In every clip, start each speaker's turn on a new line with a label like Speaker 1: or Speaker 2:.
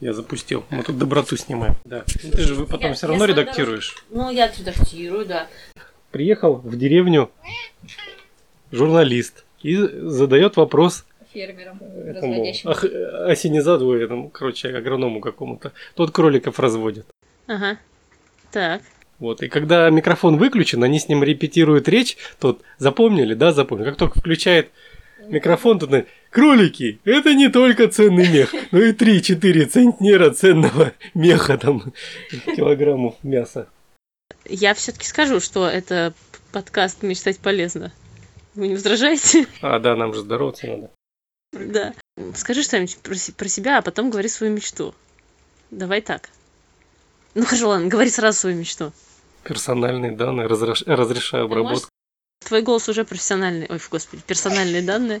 Speaker 1: Я запустил. Мы тут доброту снимаем. Да. Ну, ты же вы потом
Speaker 2: Я-
Speaker 1: все
Speaker 2: я
Speaker 1: равно
Speaker 2: сам дорос-
Speaker 1: редактируешь.
Speaker 2: Ну, я редактирую, да.
Speaker 1: Приехал в деревню журналист и задает вопрос
Speaker 2: Фермером,
Speaker 1: этому ах, Осенизаду, э, этому, короче, агроному какому-то. Тот кроликов разводит.
Speaker 2: Ага. Так.
Speaker 1: Вот, и когда микрофон выключен, они с ним репетируют речь, тот запомнили, да, запомнили. Как только включает микрофон, тут на- кролики, это не только ценный мех, но и 3-4 центнера ценного меха, там, килограммов мяса.
Speaker 2: Я все-таки скажу, что это подкаст «Мечтать полезно». Вы не возражаете?
Speaker 1: А, да, нам же здороваться надо.
Speaker 2: Да. Скажи что-нибудь про, се- про себя, а потом говори свою мечту. Давай так. Ну хорошо, ладно, говори сразу свою мечту.
Speaker 1: Персональные данные, разреш- разрешаю обработку.
Speaker 2: Твой голос уже профессиональный. Ой, фу, господи, персональные данные.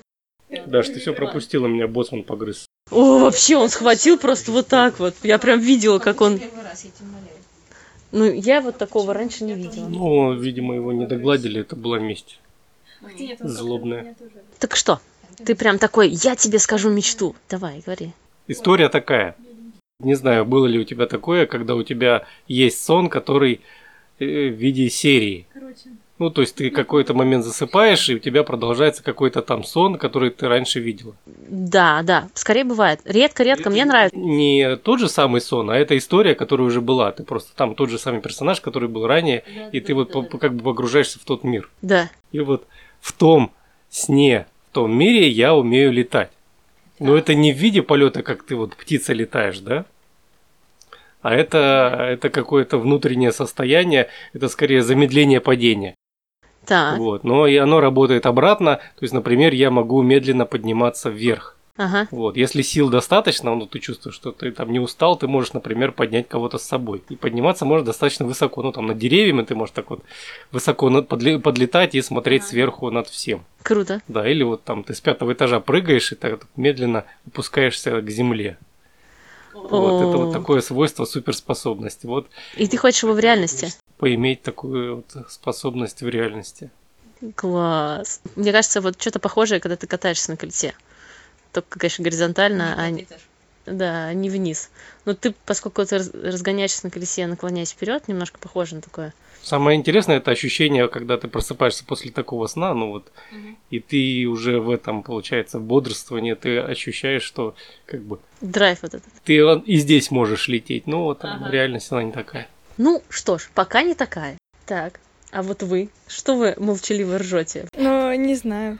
Speaker 1: Да, что ты все пропустила, меня боцман погрыз.
Speaker 2: О, вообще, он схватил просто вот так вот. Я прям видела, как он... Ну, я вот такого раньше не видела.
Speaker 1: Ну, видимо, его не догладили, это была месть. Злобная.
Speaker 2: Так что? Ты прям такой, я тебе скажу мечту. Давай, говори.
Speaker 1: История такая. Не знаю, было ли у тебя такое, когда у тебя есть сон, который э, в виде серии. Ну, то есть ты какой-то момент засыпаешь, и у тебя продолжается какой-то там сон, который ты раньше видела.
Speaker 2: Да, да, скорее бывает. Редко-редко, мне нравится.
Speaker 1: Не тот же самый сон, а эта история, которая уже была. Ты просто там тот же самый персонаж, который был ранее, и ты вот по- как бы погружаешься в тот мир.
Speaker 2: Да.
Speaker 1: И вот в том сне, в том мире я умею летать. Но это не в виде полета, как ты вот птица летаешь, да? А это, это какое-то внутреннее состояние, это скорее замедление падения.
Speaker 2: Так,
Speaker 1: Вот. Но и оно работает обратно. То есть, например, я могу медленно подниматься вверх.
Speaker 2: ага.
Speaker 1: Вот. Если сил достаточно, ну ты чувствуешь, что ты там не устал, ты можешь, например, поднять кого-то с собой. И подниматься можешь достаточно высоко. Ну, там над деревьями ты можешь так вот высоко над- подле- подлетать и смотреть сверху над всем.
Speaker 2: Круто.
Speaker 1: Да, или вот там ты с пятого этажа прыгаешь и так вот медленно опускаешься к земле. Вот это вот
Speaker 2: О.
Speaker 1: такое свойство суперспособности. Вот
Speaker 2: И ты хочешь его в реальности?
Speaker 1: поиметь такую вот способность в реальности.
Speaker 2: Класс. Мне кажется, вот что-то похожее, когда ты катаешься на кольце. Только, конечно, горизонтально, а не... Да, а не вниз. Но ты, поскольку ты раз- разгоняешься на колесе, наклоняясь вперед, немножко похоже на такое.
Speaker 1: Самое интересное это ощущение, когда ты просыпаешься после такого сна, ну вот, и ты уже в этом, получается, бодрствовании, ты ощущаешь, что как бы
Speaker 2: Драйв вот этот.
Speaker 1: ты он- и здесь можешь лететь, ну вот она,
Speaker 2: Ага.
Speaker 1: реальность она не такая.
Speaker 2: Ну что ж, пока не такая. Так, а вот вы, что вы молчаливо ржете?
Speaker 3: Ну, не знаю.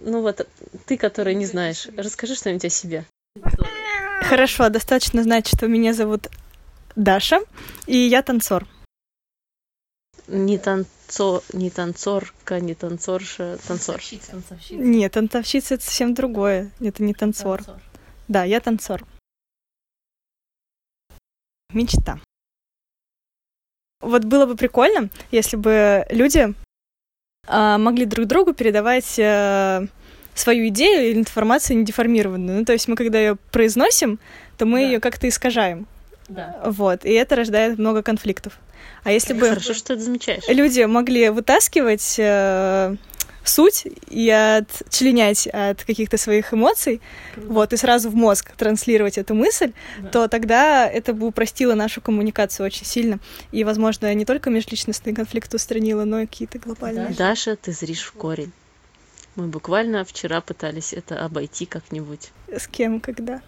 Speaker 2: Ну вот, ты, который не знаешь, расскажи что-нибудь о себе.
Speaker 3: Хорошо, достаточно знать, что меня зовут Даша, и я танцор.
Speaker 2: Не танцо, не танцорка, не танцорша, танцор.
Speaker 3: Нет, танцовщица — это совсем другое. Это не танцор. Да, я танцор. Мечта. Вот было бы прикольно, если бы люди а, могли друг другу передавать э, свою идею или информацию недеформированную. Ну, то есть мы, когда ее произносим, то мы
Speaker 2: Да.
Speaker 3: ее как-то искажаем.
Speaker 2: Да.
Speaker 3: Вот, и это рождает много конфликтов. А если бы
Speaker 2: Хорошо, что ты это замечаешь.
Speaker 3: люди могли вытаскивать э, суть и отчленять от каких-то своих эмоций, вот, и сразу в мозг транслировать эту мысль,
Speaker 2: Да.
Speaker 3: то тогда это бы упростило нашу коммуникацию очень сильно. И, возможно, не только межличностные конфликты устранило, но и какие-то глобальные.
Speaker 2: Даша, ты зришь в корень. Мы буквально вчера пытались это обойти как-нибудь.
Speaker 3: С кем, когда.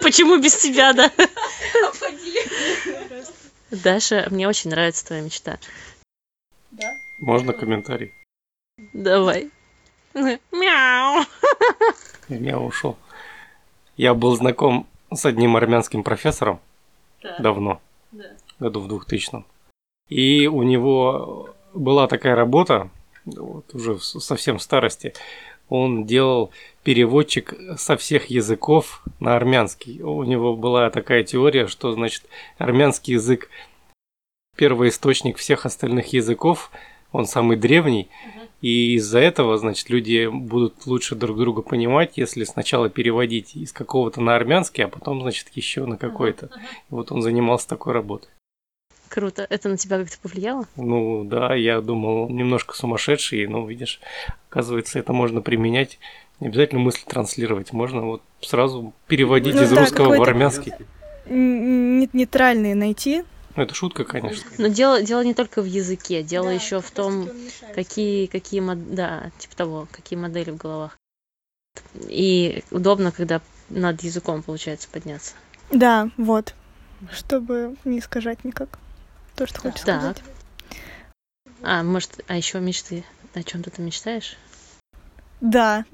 Speaker 2: Почему без тебя, да? Даша, мне очень нравится твоя мечта.
Speaker 1: Можно комментарий?
Speaker 2: Давай. Мяу.
Speaker 1: Я ушел. Я был знаком с одним армянским профессором давно,
Speaker 2: Да.
Speaker 1: году в 2000 И у него была такая работа, вот уже в- совсем в старости, он делал переводчик со всех языков на армянский. У него была такая теория, что значит армянский язык первоисточник всех остальных языков, он самый древний, и из-за этого, значит, люди будут лучше друг друга понимать, если сначала переводить из какого-то на армянский, а потом, значит, еще на какой-то. И Вот он занимался такой работой.
Speaker 2: Круто. Это на тебя как-то повлияло?
Speaker 1: Ну да, я думал, он немножко сумасшедший, но видишь, оказывается, это можно применять Не обязательно мысли транслировать, можно вот сразу переводить
Speaker 3: Ну
Speaker 1: из
Speaker 3: да,
Speaker 1: русского в
Speaker 3: какой-то-
Speaker 1: армянский.
Speaker 3: Н- н- нейтральные найти.
Speaker 1: Ну, это шутка, конечно.
Speaker 2: Но дело, дело не только в языке, дело
Speaker 4: Да,
Speaker 2: еще в
Speaker 4: как раз-таки
Speaker 2: том,
Speaker 4: он мешает.
Speaker 2: какие, какие, мод- да, типа того, какие модели в головах. И удобно, когда над языком получается подняться.
Speaker 3: Да, вот. Чтобы не искажать никак то, что хочешь
Speaker 2: Так.
Speaker 3: сказать.
Speaker 2: А, может, а еще мечты? О чем ты мечтаешь?
Speaker 3: Да.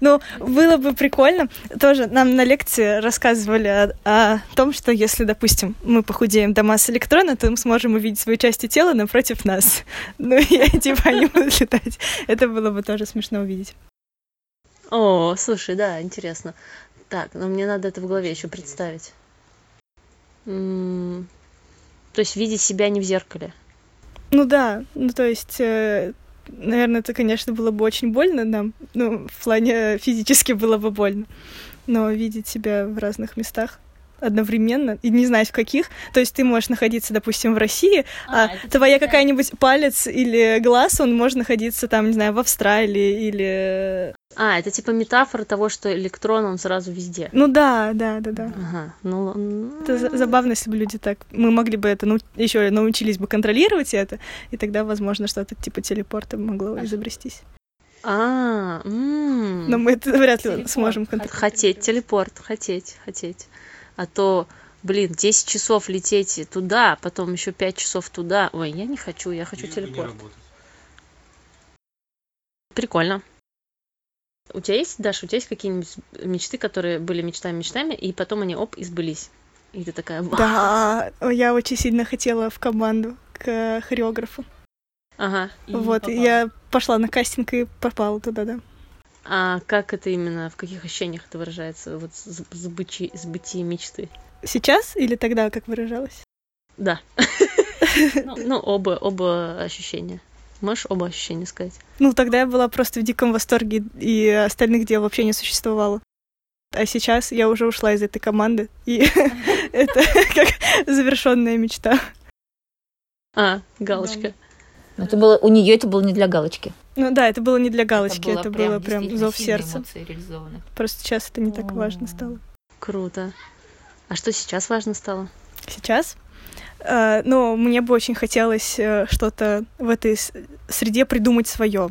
Speaker 3: Ну, было бы прикольно. Тоже нам на лекции рассказывали о, о том, что если, допустим, мы похудеем до массы электрона, то мы сможем увидеть свои части тела напротив нас. Ну, и типа они будут летать. Это было бы тоже смешно увидеть.
Speaker 2: О, слушай, да, интересно. Так, но мне надо это в голове еще представить. М, То есть видеть себя не в зеркале.
Speaker 3: Ну да, ну то есть, э, наверное, это, конечно, было бы очень больно нам. Ну, в плане физически было бы больно. Но видеть себя в разных местах одновременно, и не знать в каких. То есть ты можешь находиться, допустим, в России, а, твоя какая-нибудь палец или глаз, он может находиться там, не знаю, в Австралии или... э,
Speaker 2: А, это типа метафора того, что электрон, он сразу везде.
Speaker 3: Ну да, да, да, да.
Speaker 2: Ага, ну... л- м.
Speaker 3: Это за- забавно, если бы люди так... Мы могли бы это нау- еще научились бы контролировать это, и тогда, возможно, что-то типа телепорта могло изобрестись.
Speaker 2: А, м.
Speaker 3: Но мы это вряд ли
Speaker 4: Телепорт.
Speaker 3: сможем контролировать.
Speaker 2: Хотеть телепорт, хотеть, хотеть. А то, блин, 10 часов лететь и туда, а потом еще 5 часов туда. Ой, я не хочу, я хочу телепорт. Прикольно. У тебя есть, Даша, у тебя есть какие-нибудь мечты, которые были мечтами-мечтами, и потом они, оп, избылись? И ты такая, «Ва».
Speaker 3: Да, а, я очень сильно хотела в команду к э, хореографу.
Speaker 2: Ага.
Speaker 3: вот, и я пошла на кастинг и попала туда, да.
Speaker 2: А как это именно, в каких ощущениях это выражается, вот с- сбычи- сбытие мечты?
Speaker 3: Сейчас или тогда, как выражалась?
Speaker 2: Да. Ну, оба, оба ощущения. Можешь оба ощущения сказать?
Speaker 3: Ну, тогда я была просто в диком восторге, и остальных дел вообще не существовало. А сейчас я уже ушла из этой команды, и это как завершенная мечта.
Speaker 2: А, галочка.
Speaker 5: Но Ну, это было, у нее это было не для галочки.
Speaker 3: Ну да, это было не для галочки,
Speaker 6: была
Speaker 3: это было прям
Speaker 6: действительно
Speaker 3: зов
Speaker 6: сильные
Speaker 3: сердца.
Speaker 6: эмоции реализованы.
Speaker 3: Просто сейчас это не так важно стало.
Speaker 2: Круто. А что сейчас важно стало?
Speaker 3: сейчас. Э, Но мне бы очень хотелось э, что-то в этой с- среде придумать свое.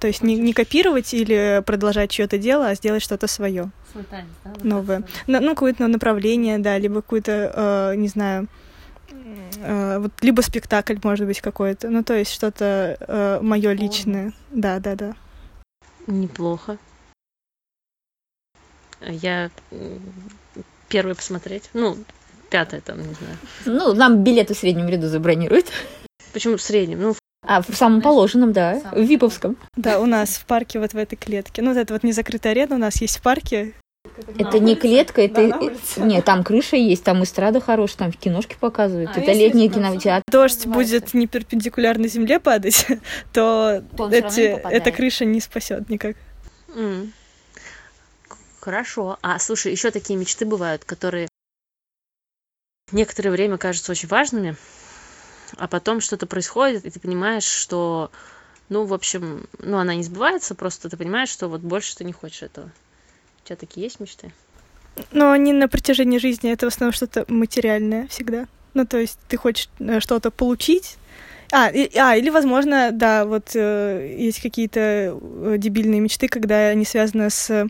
Speaker 3: То есть не, не копировать или продолжать чье-то дело, а сделать что-то свое,
Speaker 6: Свой танец, да? вот
Speaker 3: новое.
Speaker 6: этот
Speaker 3: На- ну, какое-то направление, да, либо какое-то, э, не знаю, э, вот, либо спектакль, может быть, какой-то. Ну, то есть что-то мое личное. Да, да, да.
Speaker 2: Неплохо. Я м, первый посмотреть. Ну, пятое там, не знаю.
Speaker 5: Ну, нам билеты в среднем ряду забронируют.
Speaker 2: Почему в среднем? Ну, в-
Speaker 5: А в самом положенном, да,
Speaker 6: самом
Speaker 5: в виповском.
Speaker 3: Да, у нас в парке вот в этой клетке. Ну, вот это вот незакрытая арена у нас есть в парке.
Speaker 5: Это не клетка, это...
Speaker 3: на улице.
Speaker 5: Нет, там крыша есть, там эстрада хорошая, там киношки показывают.
Speaker 6: А,
Speaker 5: это
Speaker 6: если
Speaker 5: летний
Speaker 6: это на самом-
Speaker 5: кинотеатр.
Speaker 3: дождь
Speaker 6: Называется.
Speaker 3: будет не перпендикулярно земле падать, то,
Speaker 6: То он всё равно
Speaker 3: эти-
Speaker 6: не попадает.
Speaker 3: эта крыша не спасет никак.
Speaker 2: м. К- хорошо. А, слушай, еще такие мечты бывают, которые некоторое время кажутся очень важными, а потом что-то происходит, и ты понимаешь, что, ну, в общем, ну, она не сбывается, просто ты понимаешь, что вот больше ты не хочешь этого. У тебя такие есть мечты?
Speaker 3: Но они на протяжении жизни это в основном что-то материальное всегда. Ну, то есть ты хочешь э, что-то получить. А, и- а, или, возможно, да, вот э, есть какие-то э, дебильные мечты, когда они связаны с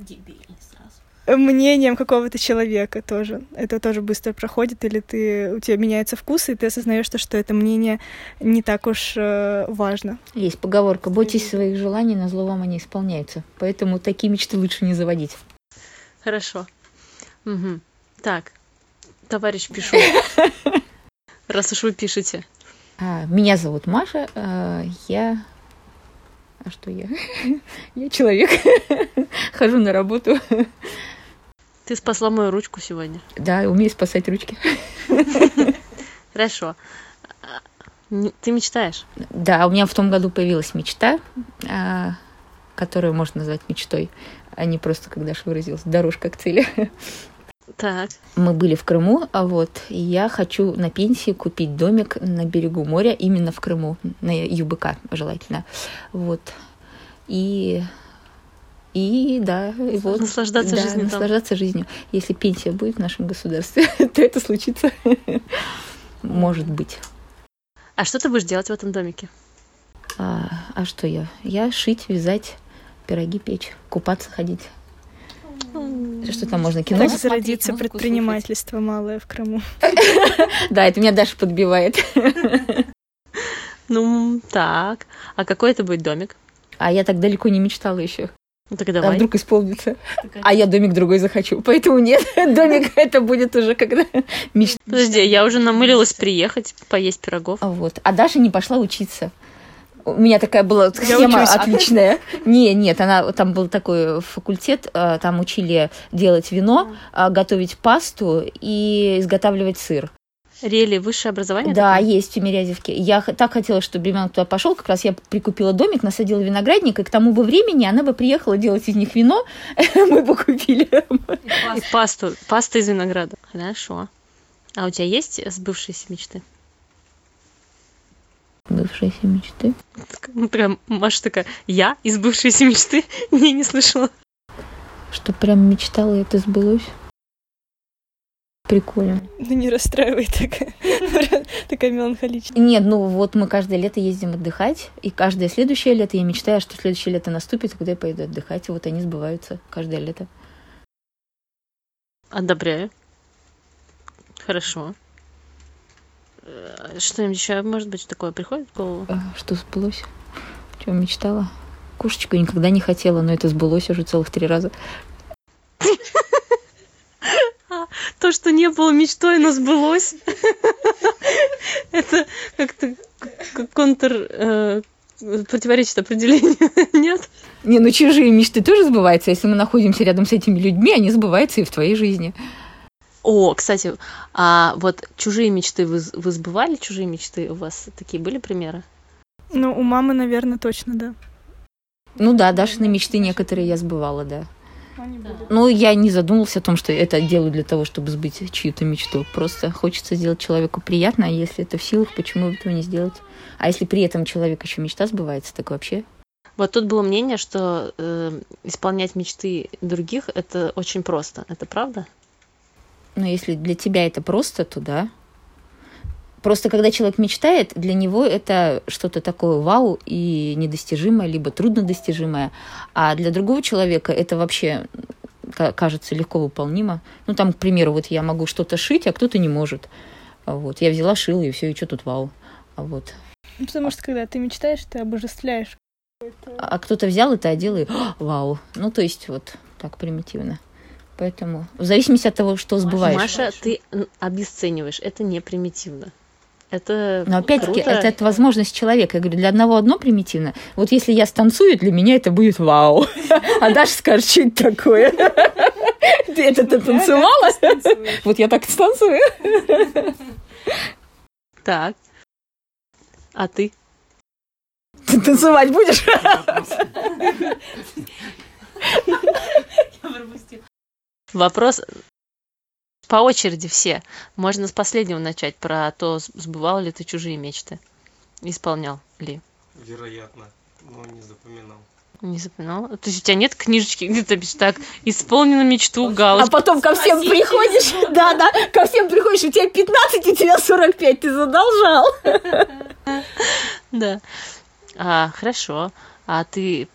Speaker 6: дебильный сразу.
Speaker 3: мнением какого-то человека тоже. Это тоже быстро проходит, или ты, у тебя меняются вкусы, и ты осознаешь, то, что это мнение не так уж э, важно.
Speaker 5: Есть поговорка «Бойтесь своих желаний, на зло вам они исполняются». Поэтому такие мечты лучше не заводить.
Speaker 2: Хорошо. Мгм. Так, товарищ пишу. Раз уж вы пишете.
Speaker 5: А, Меня зовут Маша, а, я... А что я? Я человек. Хожу на работу.
Speaker 2: Ты спасла мою ручку сегодня.
Speaker 5: Да, умею спасать ручки.
Speaker 2: Хорошо. А, н- Ты мечтаешь?
Speaker 5: Да, у меня в том году появилась мечта, а, которую можно назвать мечтой, а не просто, как Даша выразилась, дорожка к цели.
Speaker 2: Так.
Speaker 5: Мы были в Крыму, а вот и я хочу на пенсии купить домик на берегу моря, именно в Крыму, на ЮБК желательно. Вот. И И да, и вот
Speaker 2: Наслаждаться
Speaker 5: да,
Speaker 2: жизнью там.
Speaker 5: наслаждаться жизнью. Если пенсия будет в нашем государстве, то это случится. Может быть.
Speaker 2: А что ты будешь делать в этом домике?
Speaker 5: А, а что я? Я шить, вязать, пироги печь, купаться ходить. Ну, Что там можно кино?
Speaker 3: Так
Speaker 6: смотреть,
Speaker 3: зародится
Speaker 6: музыку слушать.
Speaker 3: предпринимательство малое в Крыму.
Speaker 5: Да, это меня Даша подбивает.
Speaker 2: Ну, м, так. А какой это будет домик?
Speaker 5: А я так далеко не мечтала еще.
Speaker 2: Ну так
Speaker 5: А
Speaker 2: давай.
Speaker 5: вдруг исполнится. А я домик другой захочу. Поэтому нет, домик это будет уже когда мечта.
Speaker 2: Подожди, я уже намылилась приехать, поесть пирогов.
Speaker 5: А Вот. А Даша не пошла учиться. У меня такая была схема
Speaker 3: учусь.
Speaker 5: отличная. Не, нет, она там был такой факультет, э, там учили делать вино, э, готовить пасту и изготавливать сыр.
Speaker 2: Рели высшее образование?
Speaker 5: Да, есть в Тимирязевке. Я х- так хотела, чтобы ребенок туда пошел. Как раз я прикупила домик, насадила виноградник, и к тому бы времени она бы приехала делать из них вино. Мы бы купили.
Speaker 2: И пасту. Паста из винограда. Хорошо. А у тебя есть сбывшиеся мечты?
Speaker 5: Бывшие все мечты.
Speaker 2: Так, Ну, прям Маша такая, я из бывшейся мечты? Не, не слышала.
Speaker 5: Что прям мечтала, и это сбылось. Прикольно.
Speaker 3: Ну не расстраивай так. Такая меланхоличная.
Speaker 5: Нет, ну вот мы каждое лето ездим отдыхать, и каждое следующее лето я мечтаю, что следующее лето наступит, и куда я поеду отдыхать, и вот они сбываются каждое лето.
Speaker 2: Одобряю. Хорошо. Э, Что-нибудь еще, может быть, такое приходит в голову?
Speaker 5: А, Что сбылось? Чего мечтала? Кошечку никогда не хотела, но это сбылось уже целых три раза.
Speaker 2: То, что не было мечтой, но сбылось. Это как-то к- контр... э, Противоречит определению, нет?
Speaker 5: Не, ну чужие мечты тоже сбываются. Если мы находимся рядом с этими людьми, они сбываются и в твоей жизни.
Speaker 2: О, кстати, а вот чужие мечты, вы, с- вы сбывали чужие мечты? У вас такие были примеры?
Speaker 3: Ну, у мамы, наверное, точно, да.
Speaker 5: Ну да, Дашины мечты некоторые я сбывала, да.
Speaker 6: Да.
Speaker 5: Ну, я не задумывался о том, что это делаю для того, чтобы сбыть чью-то мечту. Просто хочется сделать человеку приятно, а если это в силах, почему бы этого не сделать? А если при этом человек еще мечта сбывается, так вообще?
Speaker 2: Вот тут было мнение, что э, исполнять мечты других это очень просто. Это правда?
Speaker 5: Ну, если для тебя это просто, то да. Просто когда человек мечтает, для него это что-то такое вау и недостижимое, либо труднодостижимое. А для другого человека это вообще ка- кажется легко выполнимо. Ну, там, к примеру, вот я могу что-то шить, а кто-то не может. А Вот, я взяла, шила, и все, и что тут вау? А вот.
Speaker 3: Ну, Потому что когда ты мечтаешь, ты обожествляешь.
Speaker 5: А кто-то взял это, одел и «А, вау. Ну, то есть вот так примитивно. Поэтому в зависимости от того, что сбываешь.
Speaker 2: Маша, ты н- обесцениваешь. Это не примитивно. Это
Speaker 5: Но опять-таки,
Speaker 2: круто.
Speaker 5: это, от возможность человека. Я говорю, для одного одно примитивно. Вот если я станцую, для меня это будет вау. А Даша скажет, что это такое? Ты это ты танцевала? Вот я так и станцую.
Speaker 2: Так. А ты?
Speaker 5: Ты танцевать будешь?
Speaker 2: Вопрос по очереди все. Можно с последнего начать про то, с- сбывал ли ты чужие мечты. Исполнял ли.
Speaker 1: Вероятно, но не запоминал.
Speaker 2: Не запоминал? То есть у тебя нет книжечки, где ты пишешь так, исполнена мечту,
Speaker 5: А
Speaker 2: галочка.
Speaker 5: потом ко всем приходишь. Да, да, ко всем приходишь, у тебя 15, у тебя 45, ты задолжал.
Speaker 2: Да. А, хорошо. А ты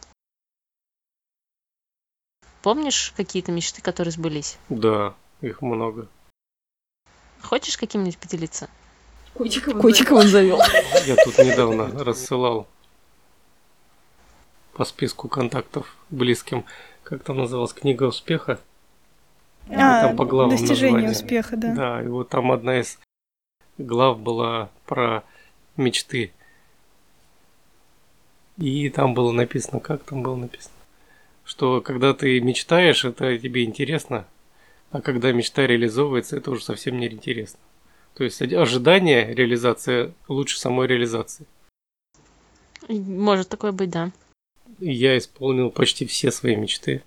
Speaker 2: помнишь какие-то мечты, которые сбылись?
Speaker 1: Да, их много.
Speaker 2: Хочешь каким-нибудь поделиться?
Speaker 5: Котика он завел.
Speaker 1: Я тут недавно рассылал по списку контактов близким, как там называлась, книга успеха.
Speaker 3: А,
Speaker 1: там по главам
Speaker 3: достижение
Speaker 1: название.
Speaker 3: успеха, да.
Speaker 1: Да, и вот там одна из глав была про мечты. И там было написано, как там было написано, что когда ты мечтаешь, это тебе интересно, а когда мечта реализовывается, это уже совсем не интересно. То есть оди- ожидание реализации лучше самой реализации.
Speaker 2: Может такое быть, да.
Speaker 1: И я исполнил почти все свои мечты.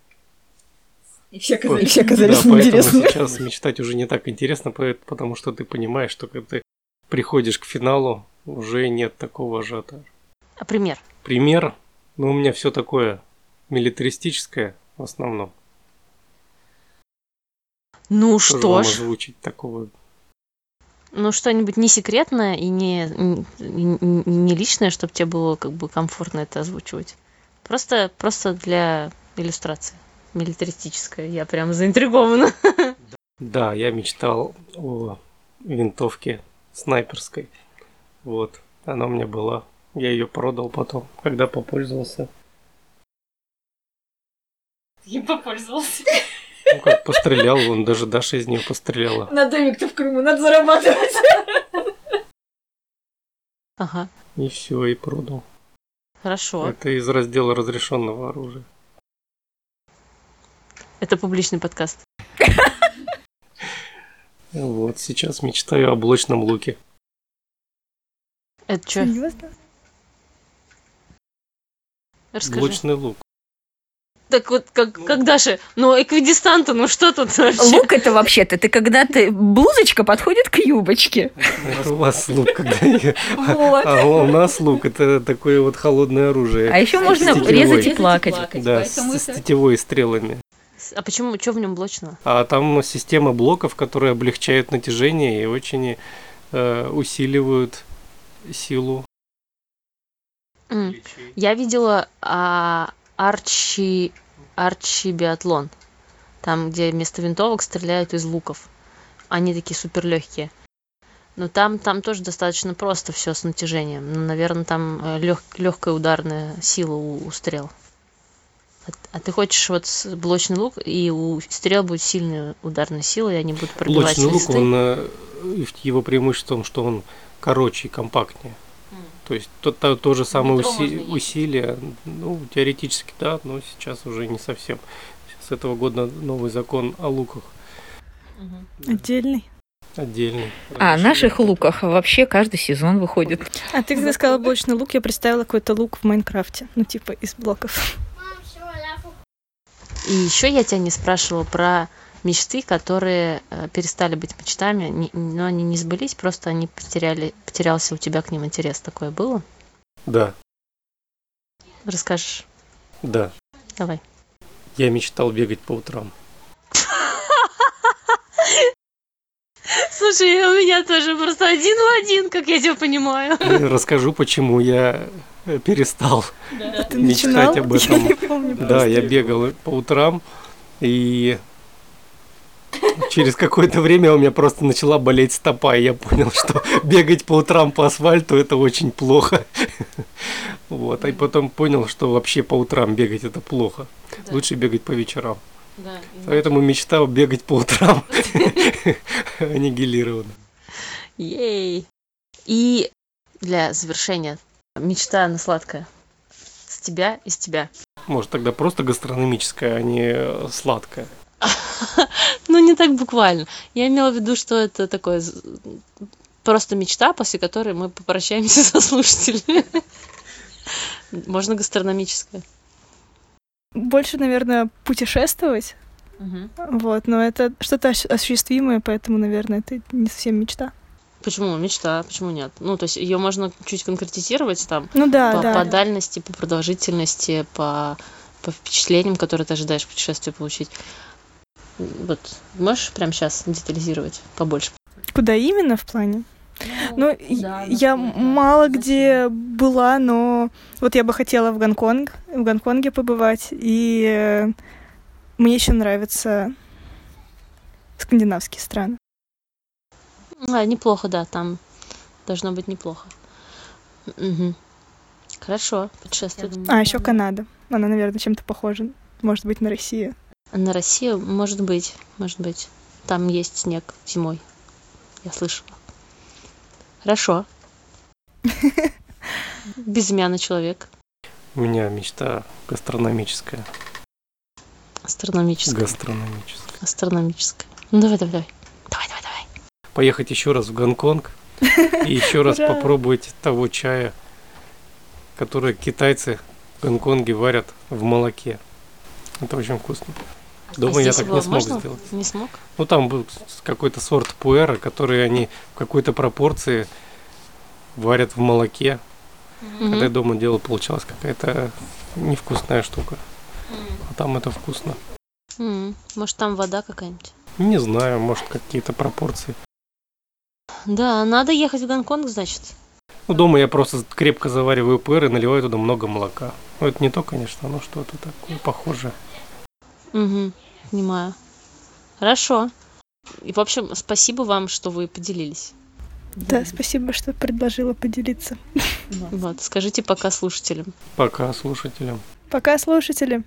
Speaker 5: И все
Speaker 1: оказались-
Speaker 5: все оказались
Speaker 1: да, поэтому
Speaker 5: неинтересными.
Speaker 1: сейчас мечтать уже не так интересно, поэт- потому что ты понимаешь, что когда ты приходишь к финалу, уже нет такого ажиотажа.
Speaker 2: А пример.
Speaker 1: Пример, ну у меня все такое милитаристическое в основном.
Speaker 2: Ну
Speaker 1: Тоже
Speaker 2: что
Speaker 1: вам
Speaker 2: ж,
Speaker 1: озвучить такого.
Speaker 2: ну что-нибудь не секретное и не, н- н- не личное, чтобы тебе было как бы комфортно это озвучивать. Просто, просто для иллюстрации. Милитаристическое. Я прям заинтригована.
Speaker 1: Да, я мечтал о винтовке снайперской. Вот, она у меня была. Я ее продал потом, когда попользовался.
Speaker 6: Я попользовался.
Speaker 1: Ну как, пострелял, он даже Даша из нее постреляла.
Speaker 4: На домик-то в Крыму надо зарабатывать.
Speaker 2: Ага,
Speaker 1: И все, и продал.
Speaker 2: хорошо.
Speaker 1: Это из раздела разрешенного оружия.
Speaker 2: Это публичный подкаст.
Speaker 1: Вот, сейчас мечтаю о блочном луке.
Speaker 2: Это что?
Speaker 3: Серьезно?
Speaker 2: Расскажи.
Speaker 1: Блочный лук.
Speaker 2: Так вот, как, как Даша, ну эквидистанта, ну что тут вообще?
Speaker 5: Лук это вообще-то, ты когда ты... Блузочка подходит к юбочке.
Speaker 1: Это у вас лук, когда я-
Speaker 4: Вот.
Speaker 1: А у нас лук это такое вот холодное
Speaker 5: А
Speaker 1: оружие.
Speaker 5: еще можно
Speaker 1: Сетевой.
Speaker 5: резать и плакать.
Speaker 1: Да, с
Speaker 6: поэтому
Speaker 1: с
Speaker 6: это-
Speaker 1: тетевой стрелами.
Speaker 2: А почему, что в нем блочно?
Speaker 1: А там система блоков, которые облегчают натяжение и очень э, усиливают силу.
Speaker 2: М. Я видела а, Арчи, Арчи биатлон. Там, где вместо винтовок стреляют из луков. Они такие супер легкие. Но там, там тоже достаточно просто все с натяжением. Ну, наверное, там легкая ударная сила у, у стрел. А, т- а ты хочешь вот с- блочный лук, и у стрел будет сильная ударная сила, и они будут пробивать
Speaker 1: Блочный лук,
Speaker 2: листы.
Speaker 1: он э, и в- его преимущество в том, что он короче и компактнее. То есть то, то- то же самое
Speaker 6: метро
Speaker 1: уси-
Speaker 6: можно ездить.
Speaker 1: усилие, ну, теоретически, да, но сейчас уже не совсем. С этого года новый закон о луках
Speaker 3: Отдельный.
Speaker 1: отдельный.
Speaker 5: А о наших луках вообще каждый сезон выходит.
Speaker 3: А ты когда сказала блочный лук, я представила какой-то лук в Майнкрафте. Ну, типа из блоков.
Speaker 2: И еще я тебя не спрашивала про мечты, которые э, перестали быть мечтами, не- но они не сбылись, просто они потеряли, потерялся у тебя к ним интерес. Такое было?
Speaker 1: Да,
Speaker 2: Расскажешь?
Speaker 1: да.
Speaker 2: Давай.
Speaker 1: Я мечтал бегать по утрам.
Speaker 2: Слушай, у меня тоже просто один в один, как я тебя понимаю.
Speaker 1: И Расскажу, почему я э, перестал.
Speaker 3: Ты
Speaker 1: Мечтать
Speaker 3: начинал?
Speaker 1: об
Speaker 3: Я
Speaker 1: этом.
Speaker 3: не помню.
Speaker 1: Да,
Speaker 3: просто.
Speaker 1: я бегал по утрам, и через какое-то время у меня просто начала болеть стопа, и я понял, что бегать по утрам по асфальту это очень плохо. Вот, и потом понял, что вообще по утрам бегать это плохо. Лучше бегать по вечерам. Поэтому мечта бегать по утрам а аннигилирована.
Speaker 2: Ей. И для завершения мечта на сладкое. С тебя, из тебя.
Speaker 1: Может, тогда просто гастрономическая, а не э, сладкая.
Speaker 2: Ну, не так буквально. Я имела в виду, что это такое з- просто мечта, после которой мы попрощаемся со слушателями. Можно гастрономическое.
Speaker 3: Больше, наверное, путешествовать. Вот, но это что-то ос- осуществимое, поэтому, наверное, это не совсем мечта.
Speaker 2: Почему мечта? Почему нет? Ну, то есть ее можно чуть конкретизировать там
Speaker 3: Ну да,
Speaker 2: по,
Speaker 3: да.
Speaker 2: по дальности, по продолжительности, по, по впечатлениям, которые ты ожидаешь в путешествии получить. Вот можешь прямо сейчас детализировать побольше?
Speaker 3: Куда именно в плане? Ну, и- я мало где была, но вот я бы хотела в Гонконг, в Гонконге побывать, и э, мне еще нравятся скандинавские страны.
Speaker 2: А, неплохо, да, там должно быть неплохо. Мгм. Хорошо, путешествие.
Speaker 3: А еще Канада. Она, наверное, чем-то похожа, может быть, на Россию.
Speaker 2: На Россию, может быть, может быть. Там есть снег зимой. Я слышала. Хорошо. Безымянный человек.
Speaker 1: У меня мечта гастрономическая.
Speaker 2: Астрономическое.
Speaker 1: Гастрономическая.
Speaker 2: Астрономическое. Ну давай, давай, давай. Давай, давай, давай.
Speaker 1: поехать еще раз в Гонконг и еще раз
Speaker 3: Ура.
Speaker 1: попробовать того чая, который китайцы в Гонконге варят в молоке. Это очень вкусно. Дома
Speaker 2: А
Speaker 1: я
Speaker 2: здесь
Speaker 1: так
Speaker 2: его
Speaker 1: не смог
Speaker 2: можно?
Speaker 1: сделать.
Speaker 2: Не смог?
Speaker 1: Ну, там был с- какой-то сорт пуэра, который они в какой-то пропорции варят в молоке.
Speaker 2: Мгм.
Speaker 1: Когда я дома делал, получалась какая-то невкусная штука. А там это вкусно.
Speaker 2: М, Может, там вода какая-нибудь?
Speaker 1: Не знаю, может какие-то пропорции.
Speaker 2: Да, надо ехать в Гонконг, значит.
Speaker 1: Ну, дома я просто крепко завариваю пыр и наливаю туда много молока. Ну, это не то, конечно, но что-то такое похожее.
Speaker 2: Угу, понимаю. Хорошо. И, в общем, спасибо вам, что вы поделились.
Speaker 3: Да, спасибо, что предложила поделиться.
Speaker 2: Вот, скажите пока слушателям.
Speaker 1: Пока слушателям.
Speaker 3: Пока, слушатели.